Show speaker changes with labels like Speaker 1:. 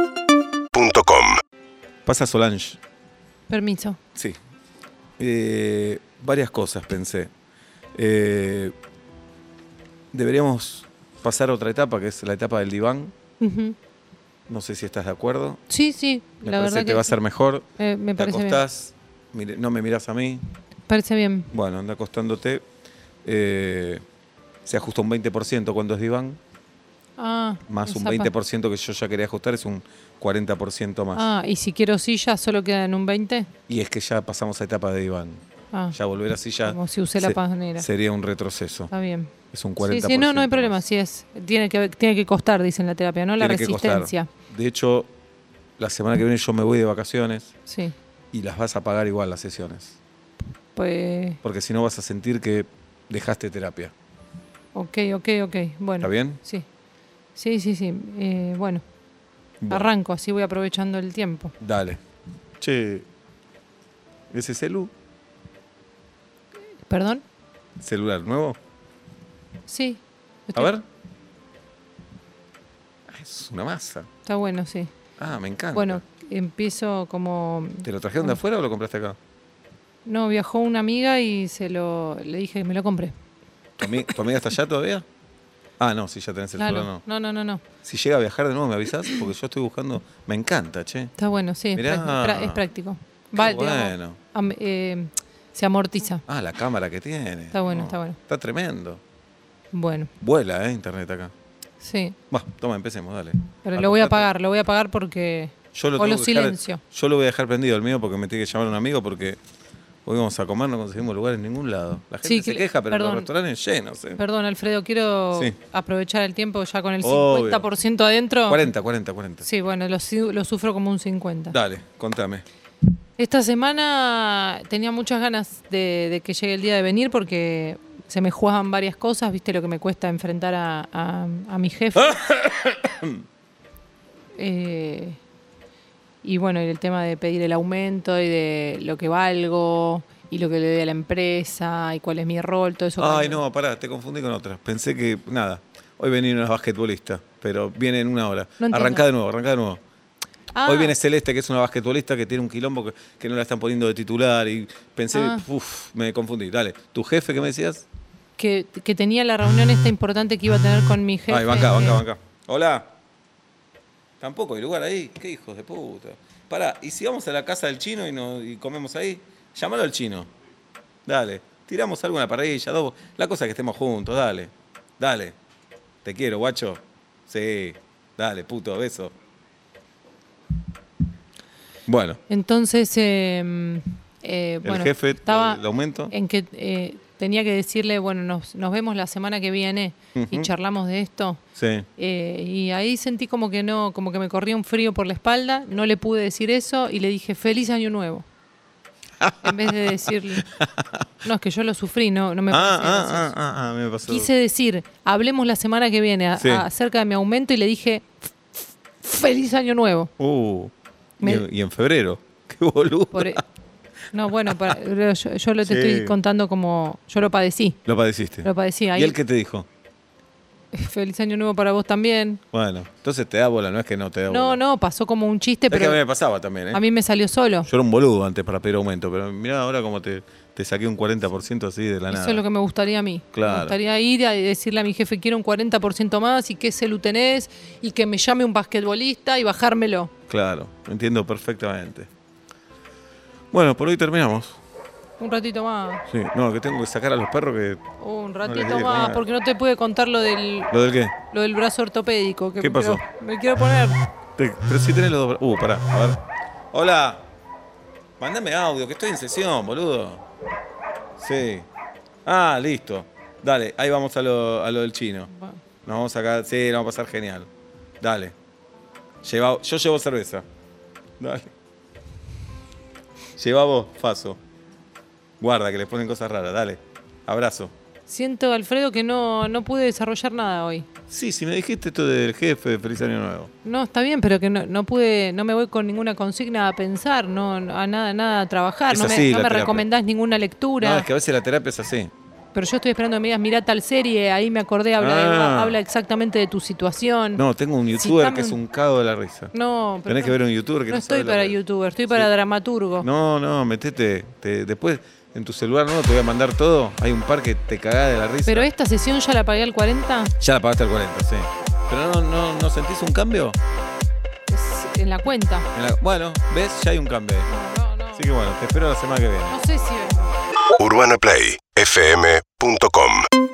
Speaker 1: UrbanaPlayFM.com
Speaker 2: Pasa Solange.
Speaker 3: Permiso.
Speaker 2: Sí. Eh, varias cosas pensé. Eh, deberíamos pasar a otra etapa, que es la etapa del diván.
Speaker 3: Ujú.
Speaker 2: No sé si estás de acuerdo.
Speaker 3: Sí, sí.
Speaker 2: Me
Speaker 3: la
Speaker 2: parece
Speaker 3: verdad
Speaker 2: que
Speaker 3: que
Speaker 2: te va a
Speaker 3: sí.
Speaker 2: ser mejor.
Speaker 3: Eh, me
Speaker 2: Te
Speaker 3: parece bien.
Speaker 2: acostás, mire- no me mirás a mí.
Speaker 3: Parece bien.
Speaker 2: Bueno, anda acostándote. Eh, se ajusta un 20% cuando es diván,
Speaker 3: Ah,
Speaker 2: más
Speaker 3: el
Speaker 2: un
Speaker 3: zapa.
Speaker 2: 20% que yo ya quería ajustar, es un 40% más.
Speaker 3: Ah, y si quiero silla, solo queda en un 20.
Speaker 2: Y es que ya pasamos a etapa de diván.
Speaker 3: Ah,
Speaker 2: Ya volver así ya
Speaker 3: Como si usé la panera.
Speaker 2: sería un retroceso.
Speaker 3: está bien.
Speaker 2: Es un 40%.
Speaker 3: Sí, sí, no, no hay
Speaker 2: más.
Speaker 3: problema. Sí es. Tiene que, tiene que costar, dicen la terapia, ¿no? La
Speaker 2: Tiene que costar.
Speaker 3: resistencia.
Speaker 2: De hecho, la semana que viene yo me voy de vacaciones
Speaker 3: Sí.
Speaker 2: y las vas a pagar igual las sesiones.
Speaker 3: Pues,
Speaker 2: Porque si no vas a sentir que dejaste terapia.
Speaker 3: ok, ok, ok. Bueno.
Speaker 2: ¿Está bien?
Speaker 3: Sí. Sí, sí, sí. Eh, bueno,
Speaker 2: Bueno,
Speaker 3: arranco, así voy aprovechando el tiempo.
Speaker 2: Dale. Che. ¿Ese celu?
Speaker 3: ¿Perdón?
Speaker 2: ¿Celular nuevo?
Speaker 3: Sí.
Speaker 2: A
Speaker 3: Estoy-
Speaker 2: ver. Ah, Es una masa.
Speaker 3: Está bueno, sí.
Speaker 2: Ah, me encanta.
Speaker 3: Bueno, empiezo como...
Speaker 2: ¿Te lo trajeron de afuera o lo compraste acá?
Speaker 3: No, viajó una amiga y se lo le dije que me lo compré.
Speaker 2: ¿Tu, ami- tu amiga está allá todavía? Ah, no, si ya tenés el
Speaker 3: Claro.
Speaker 2: celular, no.
Speaker 3: No, no, no, no.
Speaker 2: Si llega a viajar de nuevo, me avisás porque yo estoy buscando. Me encanta, che.
Speaker 3: Está bueno, sí. es
Speaker 2: Mirá.
Speaker 3: práctico, pra- Es práctico.
Speaker 2: Qué
Speaker 3: Va, digamos,
Speaker 2: bueno.
Speaker 3: am- eh, se amortiza.
Speaker 2: Ah, la cámara que tiene.
Speaker 3: Está bueno, está bueno.
Speaker 2: Está tremendo.
Speaker 3: Bueno,
Speaker 2: Vuela, ¿eh? Internet acá.
Speaker 3: sí.
Speaker 2: Va, toma, empecemos, dale.
Speaker 3: Pero lo voy a
Speaker 2: Acostate.
Speaker 3: apagar, lo voy a apagar porque...
Speaker 2: Yo lo
Speaker 3: o
Speaker 2: tengo
Speaker 3: lo
Speaker 2: que dejar-
Speaker 3: silencio.
Speaker 2: yo lo voy a dejar prendido el mío porque me tiene que llamar un amigo porque hoy vamos a comer, no conseguimos lugar en ningún lado. La gente
Speaker 3: Sí,
Speaker 2: se
Speaker 3: que-
Speaker 2: queja, pero los
Speaker 3: perdón.
Speaker 2: restaurantes llenos. ¿eh?
Speaker 3: Perdón, Alfredo, quiero
Speaker 2: Sí.
Speaker 3: aprovechar el tiempo ya con el
Speaker 2: Obvio.
Speaker 3: 50% adentro.
Speaker 2: 40, 40, 40.
Speaker 3: Sí, bueno, lo, si- lo sufro como un 50.
Speaker 2: Dale, contame.
Speaker 3: Esta semana tenía muchas ganas de, de que llegue el día de venir porque se me juegan varias cosas, viste lo que me cuesta enfrentar a, a- a mi jefe. Eh, y bueno, y el tema de pedir el aumento y de lo que valgo y lo que le doy a la empresa y cuál es mi rol, todo eso.
Speaker 2: Ay, no, pará, te confundí con otras. Pensé que, nada, hoy viene una basquetbolista, pero viene en una hora.
Speaker 3: No entiendo.
Speaker 2: arrancá de nuevo, arrancá de nuevo.
Speaker 3: Ah,
Speaker 2: Hoy viene Celeste, que es una basquetbolista que tiene un quilombo que, que no la están poniendo de titular y pensé,
Speaker 3: Ah.
Speaker 2: uff, me confundí. Dale, ¿tu jefe qué me decías?
Speaker 3: que, que tenía la reunión esta importante que iba a tener con mi jefe.
Speaker 2: Ay, banca, banca,
Speaker 3: Eh,
Speaker 2: banca. Hola. Tampoco hay lugar ahí. Qué hijos de puta. Pará, ¿y si vamos a la casa del chino y, nos, y comemos ahí? Llámalo al chino. Dale. Tiramos algo en la parrilla, dos. La cosa es que estemos juntos, dale. Dale. Te quiero, guacho. Sí. Dale, puto, beso. Bueno,
Speaker 3: Entonces, eh, eh,
Speaker 2: el
Speaker 3: bueno,
Speaker 2: jefe,
Speaker 3: estaba
Speaker 2: el aumento.
Speaker 3: en que eh, tenía que decirle, bueno, nos, nos vemos la semana que viene y
Speaker 2: Ujú.
Speaker 3: charlamos de esto.
Speaker 2: Sí.
Speaker 3: Eh, y ahí sentí como que no, como que me corría un frío por la espalda, no le pude decir eso y le dije, feliz año nuevo. En vez de decirle, no, es que yo lo sufrí, no, no me
Speaker 2: ah,
Speaker 3: parecía
Speaker 2: ah,
Speaker 3: gracioso.
Speaker 2: ah, ah, ah, me pasó.
Speaker 3: Quise decir, hablemos la semana que viene a-
Speaker 2: Sí.
Speaker 3: a- acerca de mi aumento y le dije, feliz año nuevo.
Speaker 2: Uh,
Speaker 3: Me-
Speaker 2: y, y en febrero. Qué boludo.
Speaker 3: Por e- No, bueno, para- yo, yo lo
Speaker 2: Sí.
Speaker 3: te estoy contando como yo lo padecí.
Speaker 2: Lo padeciste.
Speaker 3: Lo padecí ahí.
Speaker 2: ¿Y él qué te dijo?
Speaker 3: Feliz año nuevo para vos también.
Speaker 2: Bueno, entonces te da bola, no es que no te da bola.
Speaker 3: No, no, pasó como un chiste,
Speaker 2: Es que a mí
Speaker 3: pero
Speaker 2: me pasaba también, ¿eh?
Speaker 3: a mí me salió solo.
Speaker 2: Yo era un boludo antes para pedir aumento, pero mirá ahora como te, te saqué un 40% así de la nada.
Speaker 3: Eso es lo que me gustaría a mí.
Speaker 2: Claro.
Speaker 3: Me gustaría ir a decirle a mi jefe, quiero un 40% más y qué celu tenés y que me llame un basquetbolista y bajármelo.
Speaker 2: Claro, entiendo perfectamente. Bueno, por hoy terminamos.
Speaker 3: Un ratito más. Oh,
Speaker 2: Sí, no, que tengo que sacar a los perros que...
Speaker 3: Un
Speaker 2: les
Speaker 3: ratito
Speaker 2: digo
Speaker 3: más,
Speaker 2: nada.
Speaker 3: porque no te pude contar lo del,
Speaker 2: ¿Lo del qué?
Speaker 3: lo del brazo ortopédico. Que
Speaker 2: ¿Qué
Speaker 3: me
Speaker 2: pasó?
Speaker 3: quiero- me quiero poner.
Speaker 2: Te- pero si tenés los dos... Uh, pará, a ver. Hola. Mándame audio, que estoy en sesión, boludo. Sí. Ah, listo. Dale, ahí vamos a lo, a lo del chino. Nos vamos acá, sí, nos va a pasar genial. Dale. Lleva, yo llevo cerveza. Dale. Lleva vos, Faso. Guarda, que le ponen cosas raras, dale. Abrazo.
Speaker 3: Siento, Alfredo, que no, no pude desarrollar nada hoy.
Speaker 2: Sí, si me dijiste esto del jefe, feliz año nuevo.
Speaker 3: No, está bien, pero que no, no pude, no me voy con ninguna consigna a pensar, no, no- a nada, nada a trabajar,
Speaker 2: Es
Speaker 3: no me,
Speaker 2: así la
Speaker 3: no me
Speaker 2: terapia.
Speaker 3: recomendás ninguna lectura.
Speaker 2: No, es que a veces la terapia es así.
Speaker 3: Pero yo estoy esperando que me digas, mirá tal serie, ahí me acordé, habla, de-
Speaker 2: Ah.
Speaker 3: habla exactamente de tu situación.
Speaker 2: No, tengo un
Speaker 3: Si
Speaker 2: youtuber que
Speaker 3: estamos-
Speaker 2: es un cago de la risa.
Speaker 3: No, pero
Speaker 2: Tenés
Speaker 3: no-
Speaker 2: que ver un youtuber que no,
Speaker 3: no estoy
Speaker 2: sabe lo
Speaker 3: para
Speaker 2: que-
Speaker 3: youtuber, estoy para
Speaker 2: Sí.
Speaker 3: dramaturgo.
Speaker 2: No, no, metete. te- después en tu celular no te voy a mandar todo. Hay un par que te cagás de la risa.
Speaker 3: Pero esta sesión ya la pagué al 40,
Speaker 2: Ya la pagaste al 40, sí. Pero no, no, ¿no sentís un cambio?
Speaker 3: es en la cuenta.
Speaker 2: En la- Bueno, ves, ya hay un cambio. ahí.
Speaker 3: No, no.
Speaker 2: Así que bueno, te espero la semana que viene.
Speaker 3: No sé si vengo.
Speaker 1: UrbanaPlayFM.com